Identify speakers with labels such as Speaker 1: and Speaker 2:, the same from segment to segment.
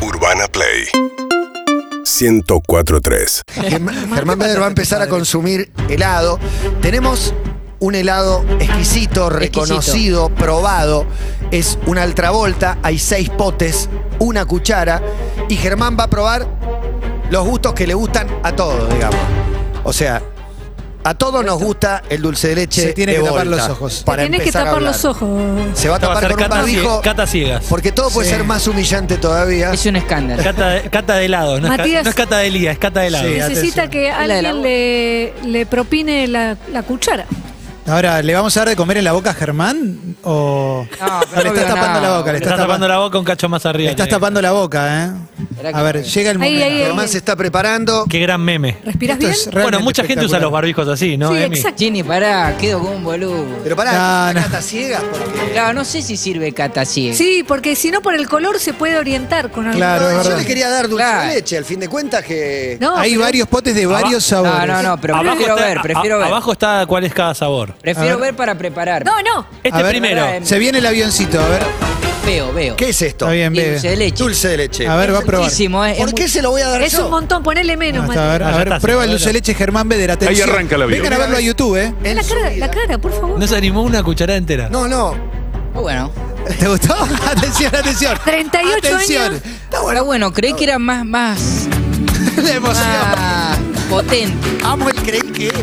Speaker 1: Urbana Play 104.3
Speaker 2: Germán, Germán Beder va a empezar a consumir helado. Tenemos un helado exquisito, reconocido, probado. Es una altravolta, hay seis potes, una cuchara. Y Germán va a probar los gustos que le gustan a todos, digamos. O sea, a todos nos gusta el dulce de leche.
Speaker 3: Se tiene
Speaker 2: de
Speaker 3: que tapar
Speaker 2: Volta
Speaker 3: los ojos.
Speaker 2: para
Speaker 4: Tienes que
Speaker 2: empezar a
Speaker 4: tapar
Speaker 2: hablar.
Speaker 4: los ojos.
Speaker 2: Se va a
Speaker 5: Esta va a
Speaker 2: tapar
Speaker 5: ser
Speaker 2: con un
Speaker 5: cata,
Speaker 2: barbijo.
Speaker 5: cie- cata ciegas.
Speaker 2: Porque todo puede
Speaker 3: Sí.
Speaker 2: ser más humillante todavía.
Speaker 6: Es un escándalo.
Speaker 5: Cata de, cata de helado. No, es, ca-
Speaker 4: Matías-
Speaker 5: no es cata de lía, es cata de helado.
Speaker 3: Sí.
Speaker 4: Necesita
Speaker 3: atención.
Speaker 4: que
Speaker 6: de la
Speaker 4: alguien le, le propine la, la cuchara.
Speaker 3: Ahora, ¿le vamos a dar de comer en la boca a Germán? ¿O
Speaker 6: No, pero
Speaker 3: No, le estás
Speaker 6: obvio
Speaker 3: tapando
Speaker 6: no.
Speaker 3: la boca? Le
Speaker 5: Le
Speaker 3: estás,
Speaker 5: estás tapando la boca un cacho más
Speaker 3: le
Speaker 5: arriba.
Speaker 3: estás
Speaker 5: tiene.
Speaker 3: tapando la boca, ¿eh?
Speaker 6: Esperá que
Speaker 3: A ver,
Speaker 6: no.
Speaker 3: llega el
Speaker 4: Ahí,
Speaker 3: momento.
Speaker 4: ahí, ahí.
Speaker 2: Germán se está preparando.
Speaker 5: Qué gran meme.
Speaker 4: ¿Respirás
Speaker 3: Esto
Speaker 4: bien?
Speaker 3: es
Speaker 5: Bueno,
Speaker 3: realmente
Speaker 5: mucha gente usa
Speaker 3: espectacular.
Speaker 5: los barbijos así, ¿no?
Speaker 4: Sí,
Speaker 5: Emi?
Speaker 4: exacto.
Speaker 6: Jenny, pará, quedo como un boludo.
Speaker 2: Pero pará,
Speaker 3: No,
Speaker 2: ¿es una
Speaker 3: no.
Speaker 2: cata ciegas porque.
Speaker 6: Claro, no sé si sirve cata ciega.
Speaker 4: Sí, porque si no por el color se puede orientar con algo.
Speaker 3: Claro, es
Speaker 2: No, yo
Speaker 3: verdad.
Speaker 2: le quería dar dulce
Speaker 6: Claro.
Speaker 2: de leche, al fin de cuentas que.
Speaker 4: No,
Speaker 3: Hay
Speaker 4: pero-
Speaker 3: varios potes de varios
Speaker 6: No,
Speaker 3: sabores.
Speaker 6: no, no, pero prefiero
Speaker 5: está-
Speaker 6: ver, prefiero
Speaker 5: a-
Speaker 6: ver.
Speaker 5: Abajo está cuál es cada sabor.
Speaker 6: Prefiero
Speaker 3: A ver.
Speaker 6: ver para preparar.
Speaker 4: No, no.
Speaker 5: Este
Speaker 3: A ver.
Speaker 5: primero.
Speaker 6: Pará, Emi.
Speaker 3: Se viene el avioncito, a ver.
Speaker 6: Veo, veo.
Speaker 2: ¿Qué es esto?
Speaker 3: Está bien,
Speaker 6: Y dulce
Speaker 3: bebe.
Speaker 6: de leche.
Speaker 2: Dulce de leche.
Speaker 3: A ver, va a probar.
Speaker 6: Muchísimo, eh, es
Speaker 2: ¿Por qué
Speaker 6: muy-
Speaker 2: se lo voy a dar
Speaker 4: Es
Speaker 2: yo?
Speaker 4: un montón, ponele menos,
Speaker 3: Hasta, a ver,
Speaker 4: Mati.
Speaker 3: a
Speaker 5: Ah, Ya
Speaker 3: ver,
Speaker 5: está,
Speaker 3: prueba
Speaker 5: se
Speaker 3: el dulce de
Speaker 5: modela.
Speaker 3: leche Germán Beder. Atención.
Speaker 7: Ahí arranca la vida.
Speaker 3: Vengan a verlo a YouTube, ¿eh?
Speaker 2: En
Speaker 4: La
Speaker 2: su
Speaker 4: cara,
Speaker 2: vida.
Speaker 4: la cara, por favor.
Speaker 5: No se animó una cucharadentera.
Speaker 2: No, no.
Speaker 6: Bueno,
Speaker 3: ¿Te gustó? atención, atención.
Speaker 4: 38
Speaker 3: atención.
Speaker 4: años.
Speaker 2: Está
Speaker 6: está
Speaker 2: bueno.
Speaker 6: bueno, creí que era más, más,
Speaker 3: La emoción.
Speaker 6: Ah. más potente.
Speaker 2: Amo el creí que era.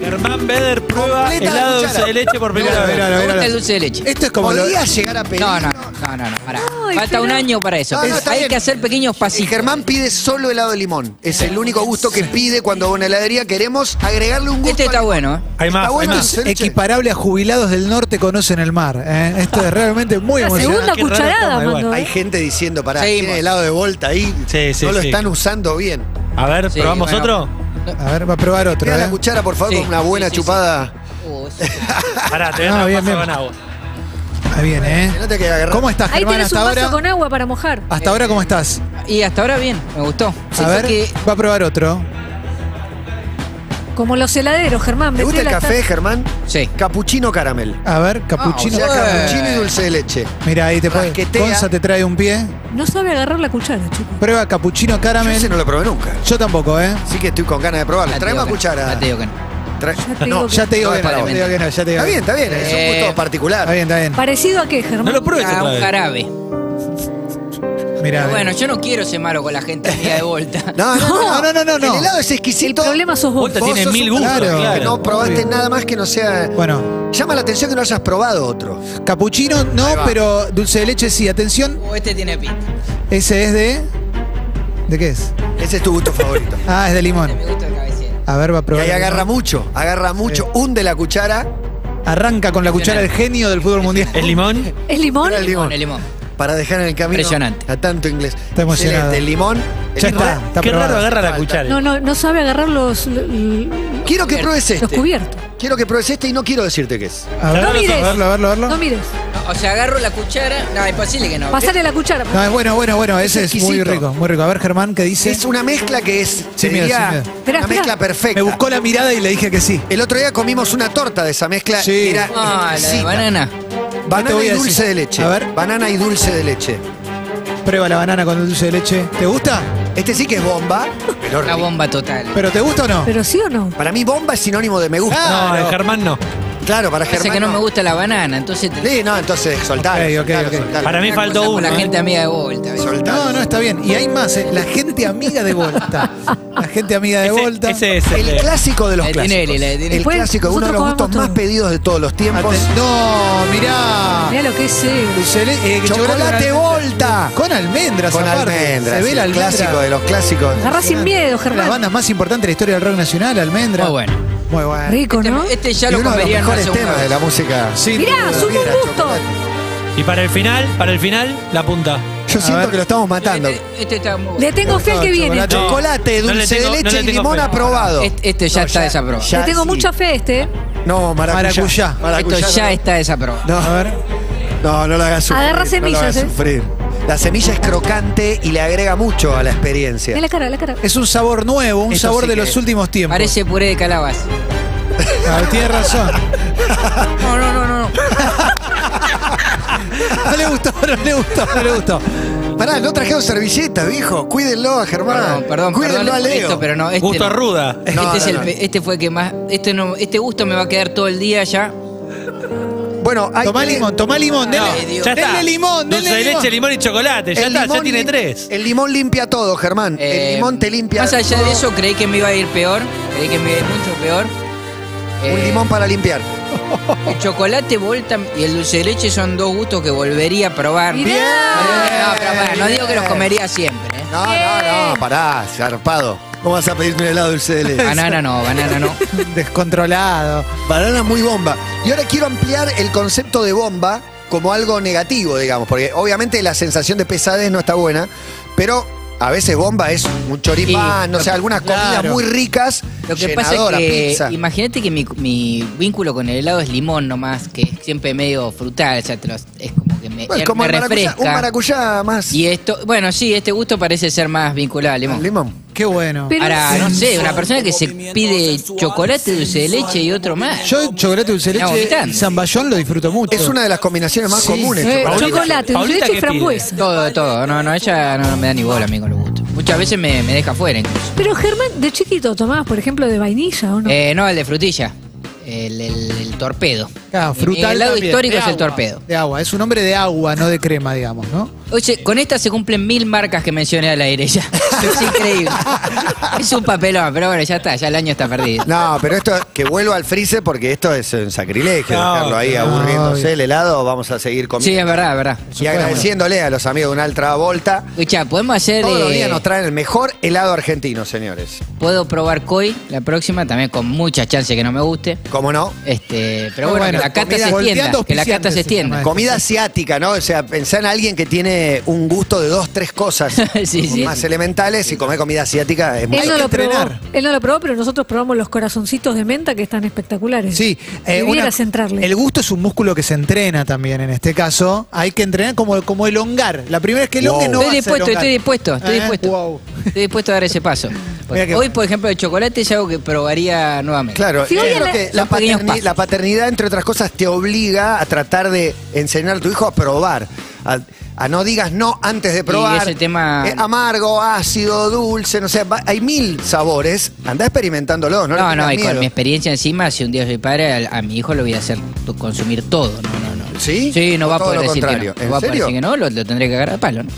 Speaker 5: Germán Beder prueba
Speaker 2: Completa la
Speaker 5: helado
Speaker 2: cuchara.
Speaker 5: dulce de leche por
Speaker 3: Mira,
Speaker 5: primera vez.
Speaker 3: mira,
Speaker 6: Me
Speaker 3: mira,
Speaker 6: gusta el
Speaker 3: mira.
Speaker 6: dulce de leche.
Speaker 3: Esto es como lo...
Speaker 2: Podía llegar a pedir.
Speaker 6: No, no, no, no, no, pará.
Speaker 4: Ay,
Speaker 6: Falta un
Speaker 4: Germán.
Speaker 6: año para eso.
Speaker 2: No, no, está
Speaker 6: Hay
Speaker 2: bien.
Speaker 6: que hacer pequeños
Speaker 2: Y
Speaker 6: pasitos.
Speaker 2: Germán pide solo helado de limón. Es el único gusto que pide cuando va a una heladería. Queremos agregarle un gusto.
Speaker 6: Este está
Speaker 2: al-
Speaker 6: bueno, ¿eh?
Speaker 5: Hay
Speaker 2: Está
Speaker 5: más, hay
Speaker 2: bueno,
Speaker 5: más.
Speaker 2: sí. Dulce de leche.
Speaker 3: Equiparable a jubilados del norte conocen el mar. ¿eh? Esto es realmente muy
Speaker 4: La
Speaker 3: emocionante.
Speaker 4: segunda
Speaker 5: Qué raro
Speaker 4: cucharada,
Speaker 5: toma, igual.
Speaker 4: mando.
Speaker 2: Hay gente diciendo, pará,
Speaker 6: Seguimos.
Speaker 2: tiene helado de volta ahí.
Speaker 5: Sí, sí,
Speaker 2: no lo
Speaker 5: sí.
Speaker 2: están usando bien.
Speaker 5: A ver,
Speaker 6: Sí,
Speaker 5: ¿probamos
Speaker 6: bueno.
Speaker 5: otro?
Speaker 3: A ver, va a probar otro.
Speaker 2: Tira
Speaker 3: ¿eh?
Speaker 2: la cuchara, por favor,
Speaker 6: Sí,
Speaker 2: con una
Speaker 6: sí,
Speaker 2: buena
Speaker 6: sí, sí.
Speaker 2: chupada.
Speaker 6: Oh, eso.
Speaker 5: Pará, te voy a
Speaker 3: No,
Speaker 5: dar
Speaker 3: bien,
Speaker 5: paso
Speaker 3: bien.
Speaker 5: con agua.
Speaker 3: Ahí viene,
Speaker 2: Que
Speaker 3: ¿eh?
Speaker 2: No te quede agarrar.
Speaker 3: ¿Cómo estás,
Speaker 4: Ahí
Speaker 3: Germán,
Speaker 4: tenés un
Speaker 3: hasta
Speaker 4: vaso
Speaker 3: ahora? Ah.
Speaker 4: con agua para mojar.
Speaker 3: Hasta ahora, ¿cómo estás?
Speaker 6: Y hasta ahora bien, me gustó.
Speaker 3: A
Speaker 6: Siento
Speaker 3: ver,
Speaker 6: que-
Speaker 3: va a probar otro.
Speaker 4: Como los heladeros, Germán.
Speaker 2: ¿Te gusta el
Speaker 4: metela
Speaker 2: café,
Speaker 4: hasta-
Speaker 2: Germán?
Speaker 6: Sí.
Speaker 2: Capuchino caramel.
Speaker 3: A ver,
Speaker 2: O
Speaker 3: capuchino.
Speaker 2: sea,
Speaker 6: Ah, bueno.
Speaker 2: capuchino y dulce de leche.
Speaker 3: Mira, ahí te puede.
Speaker 2: Rasquetea.
Speaker 3: Gonza te trae un pie.
Speaker 4: No sabe agarrar la cuchara, chicos.
Speaker 3: Prueba
Speaker 2: Yo
Speaker 3: capuchino
Speaker 2: ese
Speaker 3: caramel.
Speaker 2: no lo probé nunca.
Speaker 3: Yo tampoco, ¿eh?
Speaker 2: Así que estoy con ganas de probarlo.
Speaker 6: Ya te
Speaker 2: Trae
Speaker 6: digo
Speaker 2: más
Speaker 6: que no,
Speaker 2: cuchara.
Speaker 6: ya te digo que no.
Speaker 2: Trae-
Speaker 4: Ya te
Speaker 2: No,
Speaker 4: digo que-
Speaker 3: Ya te digo
Speaker 2: No,
Speaker 3: que no,
Speaker 2: es
Speaker 3: ya te digo que no, ya te digo.
Speaker 2: Está bien, está bien. Es un gusto
Speaker 6: Eh,
Speaker 2: particular.
Speaker 3: Está bien, está bien.
Speaker 4: ¿Parecido a qué, Germán?
Speaker 5: No lo pruebes
Speaker 6: Ah,
Speaker 5: otra
Speaker 6: un
Speaker 5: vez.
Speaker 6: jarabe.
Speaker 3: Mirá.
Speaker 6: Bueno, yo no quiero ser malo con la gente amiga de vuelta.
Speaker 2: No, no, no, no, no, no,
Speaker 3: no.
Speaker 2: El helado es
Speaker 4: El
Speaker 2: exquisito.
Speaker 4: problema sos vos.
Speaker 5: Volta tiene
Speaker 2: sos
Speaker 5: mil
Speaker 2: un
Speaker 5: gustos,
Speaker 3: tarado.
Speaker 5: claro.
Speaker 2: Que no probaste
Speaker 3: Obvio.
Speaker 2: nada más que no sea.
Speaker 3: Bueno,
Speaker 2: Llama la atención que no hayas probado otro.
Speaker 3: capuchino no,
Speaker 2: Ahí va.
Speaker 3: pero dulce de leche sí. Atención,
Speaker 6: Oh, este tiene pinta.
Speaker 3: ese es de. ¿De qué es?
Speaker 2: Ese es tu gusto favorito.
Speaker 3: Ah, es de
Speaker 6: Este
Speaker 3: limón.
Speaker 6: me gusta el cabecero.
Speaker 3: A ver, va a
Speaker 2: Que
Speaker 3: probar.
Speaker 2: ahí agarra mucho, agarra mucho, hunde la cuchara
Speaker 3: Arranca con la cuchara el genio del fútbol mundial.
Speaker 5: ¿Es limón?
Speaker 4: ¿Es limón?
Speaker 2: Mira el limón.
Speaker 6: Con el limón.
Speaker 2: para dejar en el camino
Speaker 6: Impresionante.
Speaker 2: a tanto inglés.
Speaker 3: Está emocionado.
Speaker 2: Excelente, el limón. el
Speaker 3: Ya
Speaker 2: limón.
Speaker 3: está, está
Speaker 5: Qué raro
Speaker 3: probado.
Speaker 5: agarra la
Speaker 2: Falta.
Speaker 5: cuchara.
Speaker 4: No, no, no sabe agarrar los, l- l-
Speaker 2: Quiero que pruebes
Speaker 4: los
Speaker 2: este.
Speaker 4: cubiertos.
Speaker 2: Quiero que pruebes este y no quiero decirte qué es.
Speaker 3: A ver,
Speaker 4: No mires.
Speaker 3: a verlo, a verlo, a verlo.
Speaker 4: No mires.
Speaker 6: No, O sea, agarro la cuchara. No, imposible que no.
Speaker 4: Pasale la cuchara.
Speaker 3: No, es bueno, bueno, bueno. Ese es,
Speaker 2: Es
Speaker 3: muy
Speaker 2: exquisito.
Speaker 3: rico, muy rico. A ver, Germán, ¿qué dice?
Speaker 2: Es una mezcla que es,
Speaker 3: Sí,
Speaker 2: te
Speaker 3: mira,
Speaker 2: diría,
Speaker 3: sí, mira.
Speaker 4: Esperá,
Speaker 2: una
Speaker 4: esperá.
Speaker 2: mezcla perfecta.
Speaker 3: Me buscó la mirada y le dije que sí.
Speaker 2: El otro día comimos una torta de esa mezcla.
Speaker 3: Sí.
Speaker 2: y Era
Speaker 6: Ah, la de
Speaker 2: exquisita.
Speaker 6: banana.
Speaker 2: Banana
Speaker 3: voy
Speaker 2: y
Speaker 3: a decir.
Speaker 2: dulce de leche.
Speaker 3: A ver.
Speaker 2: Banana y dulce de leche.
Speaker 3: Prueba la banana con dulce de leche. ¿Te gusta?
Speaker 2: Este sí que es bomba. pero
Speaker 6: Una
Speaker 2: rico.
Speaker 6: bomba total.
Speaker 3: ¿Pero te gusta o no?
Speaker 4: ¿Pero sí o no?
Speaker 2: Para mí bomba es sinónimo de me gusta.
Speaker 5: No,
Speaker 3: Claro.
Speaker 5: el Germán no.
Speaker 2: Claro, para
Speaker 6: Pasa
Speaker 2: Germán.
Speaker 6: que no me gusta la banana, entonces te-
Speaker 2: Sí, no, entonces soltalo.
Speaker 3: Ok, ok,
Speaker 2: soltalo,
Speaker 3: ok.
Speaker 2: soltalo.
Speaker 5: Para mí
Speaker 6: Una
Speaker 5: faltó
Speaker 6: cosa con
Speaker 5: uno.
Speaker 6: la
Speaker 5: ¿eh?
Speaker 6: gente amiga de vuelta. ¿ves?
Speaker 2: Soltalo.
Speaker 3: No, no, está bien. Y hay más, ¿eh? la gente amiga de Volta. La gente amiga de
Speaker 5: Ese-
Speaker 3: Volta.
Speaker 5: Ese es el
Speaker 2: El
Speaker 3: este
Speaker 5: de-
Speaker 2: clásico de los
Speaker 6: La de
Speaker 2: clásicos.
Speaker 6: Tinelli, la de Tinelli.
Speaker 2: El
Speaker 4: Después
Speaker 2: clásico, uno de los
Speaker 4: nosotros
Speaker 2: gustos
Speaker 4: comemos
Speaker 2: más
Speaker 4: todo.
Speaker 2: pedidos de todos los tiempos.
Speaker 3: Ate- No, mirá.
Speaker 4: Mirá lo que es. eh.
Speaker 3: Dulce de le- eh,
Speaker 2: Chocolate Volta.
Speaker 3: Con almendras,
Speaker 2: Con
Speaker 3: aparte.
Speaker 2: almendras.
Speaker 3: Se ve
Speaker 2: el
Speaker 3: la almendra.
Speaker 2: clásico de los clásicos.
Speaker 4: Agarrá sin miedo,
Speaker 3: Las
Speaker 4: Germán.
Speaker 3: bandas más importantes de la historia del rock nacional, almendra.
Speaker 6: Muy Oh, bueno.
Speaker 3: Muy bueno.
Speaker 4: Rico,
Speaker 6: Este,
Speaker 4: ¿no?
Speaker 6: este ya
Speaker 2: Y
Speaker 6: lo
Speaker 2: uno de los
Speaker 6: comería en una
Speaker 2: mejores
Speaker 6: segunda
Speaker 2: temas de
Speaker 6: vez.
Speaker 2: la música.
Speaker 3: Sí.
Speaker 4: Mirá, sube un
Speaker 2: Mira,
Speaker 4: gusto.
Speaker 2: chocolate.
Speaker 5: Y para el final, para el final, la punta.
Speaker 2: Yo siento
Speaker 3: ver.
Speaker 2: que lo estamos matando.
Speaker 6: Este, este está muy
Speaker 4: Le
Speaker 6: bueno.
Speaker 4: tengo fe al que viene.
Speaker 5: No,
Speaker 2: Chocolate,
Speaker 5: no le
Speaker 2: dulce
Speaker 5: tengo-
Speaker 2: de
Speaker 5: no
Speaker 2: leche
Speaker 5: le
Speaker 2: y
Speaker 5: tengo
Speaker 2: limón
Speaker 5: fe.
Speaker 2: aprobado.
Speaker 6: eh, Este, este ya
Speaker 2: No,
Speaker 6: está
Speaker 2: ya-
Speaker 6: desaprobado.
Speaker 2: ya
Speaker 4: Le tengo
Speaker 2: sí.
Speaker 4: mucha fe este.
Speaker 2: No, maracuyá.
Speaker 3: Maracuyá.
Speaker 6: Esto
Speaker 2: Maracuyá
Speaker 6: ya
Speaker 2: no.
Speaker 6: está desaprobado.
Speaker 3: No, a ver.
Speaker 2: No, no lo hagas sufrir.
Speaker 4: Agarra
Speaker 2: No
Speaker 4: semillas,
Speaker 2: lo hagas
Speaker 4: ¿eh?
Speaker 2: sufrir. La semilla es crocante y le agrega mucho a la experiencia.
Speaker 4: Mirá la cara, la cara.
Speaker 3: Es un sabor nuevo, un
Speaker 2: Esto
Speaker 3: sabor
Speaker 2: sí
Speaker 3: de
Speaker 2: que
Speaker 3: los
Speaker 2: es.
Speaker 3: últimos tiempos.
Speaker 2: pues.
Speaker 6: Parece puré de calabaza.
Speaker 3: A ver, tiene razón.
Speaker 6: No, no, no, no. no.
Speaker 3: No le gustó, no le gustó, no le gustó.
Speaker 2: Pará, no trajeron servilletas, viejo. Cuídenlo a Germán.
Speaker 6: Perdón, perdón,
Speaker 2: Cuídenlo
Speaker 6: perdón
Speaker 2: a
Speaker 6: por
Speaker 2: Leo.
Speaker 6: esto, pero no. Este,
Speaker 5: Gusto ruda.
Speaker 6: Este,
Speaker 2: No,
Speaker 6: es
Speaker 2: no,
Speaker 6: el
Speaker 2: no.
Speaker 6: pe- este fue el que más. Este, no, este gusto me va a quedar todo el día ya.
Speaker 2: Bueno, hay
Speaker 3: Tomá
Speaker 2: tres-
Speaker 3: limón, tomá limón,
Speaker 5: No,
Speaker 3: denle,
Speaker 6: Dios.
Speaker 5: ya está.
Speaker 3: denle limón,
Speaker 5: Dulce
Speaker 3: denle
Speaker 5: de
Speaker 3: limón.
Speaker 5: leche, limón y chocolate. Ya
Speaker 2: el
Speaker 5: está, ya
Speaker 2: limón
Speaker 5: tiene
Speaker 2: lim-
Speaker 5: tres.
Speaker 2: El limón limpia todo, Germán.
Speaker 6: Eh,
Speaker 2: el limón te limpia.
Speaker 6: Más allá
Speaker 2: todo.
Speaker 6: de eso, creí que me iba a ir peor. Creí que me iba a ir mucho peor.
Speaker 2: Un
Speaker 6: Eh,
Speaker 2: limón para limpiar.
Speaker 6: El chocolate, Volta y el dulce de leche son dos gustos que volvería a probar.
Speaker 4: Mirá. Bien.
Speaker 6: No, pero pará, no digo que los
Speaker 2: Bien.
Speaker 6: comería siempre. ¿eh?
Speaker 2: No, no, no, pará, zarpado. ¿Cómo vas a pedirme un helado dulce de leche?
Speaker 6: Banana no, banana no.
Speaker 3: Descontrolado.
Speaker 2: Banana muy bomba. Y ahora quiero ampliar el concepto de bomba como algo negativo, digamos, porque obviamente la sensación de pesadez no está buena, pero a veces bomba es un choripán,
Speaker 6: Y-
Speaker 2: no sé, algunas comidas
Speaker 3: claro.
Speaker 2: muy ricas,
Speaker 6: Lo que pasa es
Speaker 2: llenadora,
Speaker 6: que
Speaker 2: pizza.
Speaker 6: imagínate que mi, mi vínculo con el helado es limón nomás, que es siempre medio frutal, ya te los- es como que me,
Speaker 2: Bueno,
Speaker 6: me
Speaker 2: como el maracuyá,
Speaker 6: refresca.
Speaker 2: un maracuyá más.
Speaker 6: y esto, bueno, sí, este gusto parece ser más vinculado al limón.
Speaker 2: Limón.
Speaker 3: Qué bueno.
Speaker 4: Pero-
Speaker 6: Ahora, no sé, una persona que se pide chocolate, dulce de leche y otro más.
Speaker 3: Yo chocolate dulce de
Speaker 6: No,
Speaker 3: leche
Speaker 6: vomitando.
Speaker 3: y zamballón lo disfruto mucho.
Speaker 2: Es una de las combinaciones más
Speaker 3: Sí.
Speaker 2: comunes.
Speaker 4: Eh,
Speaker 5: Paulita,
Speaker 4: chocolate, dulce de
Speaker 5: Paulita,
Speaker 4: leche y
Speaker 5: ¿qué pide?
Speaker 4: frambuesa.
Speaker 6: Todo, todo. No, no, ella no me da ni bola a mí con los gustos. Muchas veces me, me deja fuera incluso.
Speaker 4: Pero Germán, de chiquito tomabas, por ejemplo, de vainilla o no.
Speaker 6: Eh, no, el de frutilla. El, el- el torpedo.
Speaker 3: Claro, frutal
Speaker 6: El lado
Speaker 3: también.
Speaker 6: histórico
Speaker 3: De
Speaker 6: es el
Speaker 3: agua.
Speaker 6: torpedo.
Speaker 3: De agua, es un hombre de agua, no de crema, digamos, ¿no?
Speaker 6: Oye, con esta se cumplen mil marcas que mencioné al aire ya. Es increíble. Es un papelón, pero bueno, ya está, ya el año está perdido.
Speaker 2: No, pero esto, que vuelva al freezer porque esto es un sacrilegio,
Speaker 5: No,
Speaker 2: dejarlo ahí
Speaker 5: no,
Speaker 2: aburriéndose el helado, vamos a seguir
Speaker 6: Ah, Sí,
Speaker 2: comiendo.
Speaker 6: es verdad, es verdad.
Speaker 2: y agradeciéndole a los amigos de una altra volta.
Speaker 6: Escucha, podemos hacer.
Speaker 2: Todos los
Speaker 6: eh,
Speaker 2: días nos traen el mejor helado argentino, señores.
Speaker 6: puedo probar koi la próxima, también con muchas chances que no me guste.
Speaker 2: ¿Cómo no?
Speaker 6: Este, pero
Speaker 3: Pero
Speaker 6: bueno,
Speaker 3: bueno,
Speaker 6: que la cata
Speaker 3: comida-
Speaker 6: se
Speaker 3: volteando
Speaker 6: extienda. Que la cata se
Speaker 3: auspiciantes se llama
Speaker 6: extienda.
Speaker 3: esto.
Speaker 2: Comida asiática, ¿no? O sea, pensá en alguien que tiene un gusto de dos, tres cosas
Speaker 6: Sí, sí.
Speaker 2: más elementales y comer comida asiática es muy...
Speaker 4: Él no,
Speaker 3: que
Speaker 4: lo probó,
Speaker 3: entrenar.
Speaker 4: él no lo probó, pero nosotros probamos los corazoncitos de menta que están espectaculares.
Speaker 3: Sí, eh, una-
Speaker 4: Debieras entrarle.
Speaker 3: el gusto es un músculo que se entrena también en este caso. Hay que entrenar como, como elongar. La primera vez que elongue
Speaker 2: Wow.
Speaker 3: no
Speaker 6: estoy
Speaker 3: vas a
Speaker 6: dispuesto,
Speaker 3: elongar.
Speaker 6: estoy dispuesto, estoy
Speaker 3: ¿Eh?
Speaker 6: dispuesto.
Speaker 3: Wow.
Speaker 6: Estoy dispuesto a dar ese paso. Porque
Speaker 3: Mirá que-
Speaker 6: hoy, por ejemplo, el chocolate es algo que probaría nuevamente.
Speaker 2: Claro,
Speaker 4: Sí,
Speaker 2: yo
Speaker 4: hoy
Speaker 2: creo
Speaker 4: en la-
Speaker 2: que la,
Speaker 6: Son pequeños
Speaker 2: paterni-
Speaker 6: pasos.
Speaker 2: la paternidad, entre otras cosas, te obliga a tratar de enseñar a tu hijo a probar. A, a no digas no antes de probar.
Speaker 6: ese tema-
Speaker 2: Eh, amargo, ácido, dulce, no sé. va- hay mil sabores. Andá experimentándolo, ¿no? le
Speaker 6: No,
Speaker 2: tengas
Speaker 6: no, y
Speaker 2: miedo.
Speaker 6: con mi experiencia encima, si un día soy padre, a, a mi hijo lo voy a hacer to- consumir todo. No, no, no.
Speaker 2: ¿Sí?
Speaker 6: Sí, no
Speaker 2: O
Speaker 6: va a
Speaker 2: todo
Speaker 6: poder
Speaker 2: lo
Speaker 6: decir
Speaker 2: contrario.
Speaker 6: que no.
Speaker 2: ¿En
Speaker 6: No va a poder
Speaker 2: serio?
Speaker 6: decir que no, lo, lo tendré que agarrar a palo, ¿no?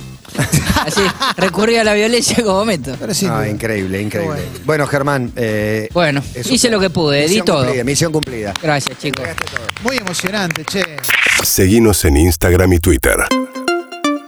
Speaker 6: Así, recurrí a la violencia como momento.
Speaker 3: Pero sí,
Speaker 2: Ah,
Speaker 3: duda.
Speaker 2: increíble, increíble.
Speaker 3: Qué
Speaker 2: Bueno, Germán. eh,
Speaker 6: Bueno,
Speaker 2: eso
Speaker 6: hice
Speaker 2: fue.
Speaker 6: lo que pude, di
Speaker 2: Misión
Speaker 6: todo.
Speaker 2: cumplida, misión cumplida.
Speaker 6: Gracias, chicos.
Speaker 3: Muy emocionante, che.
Speaker 1: Seguinos en Instagram y Twitter.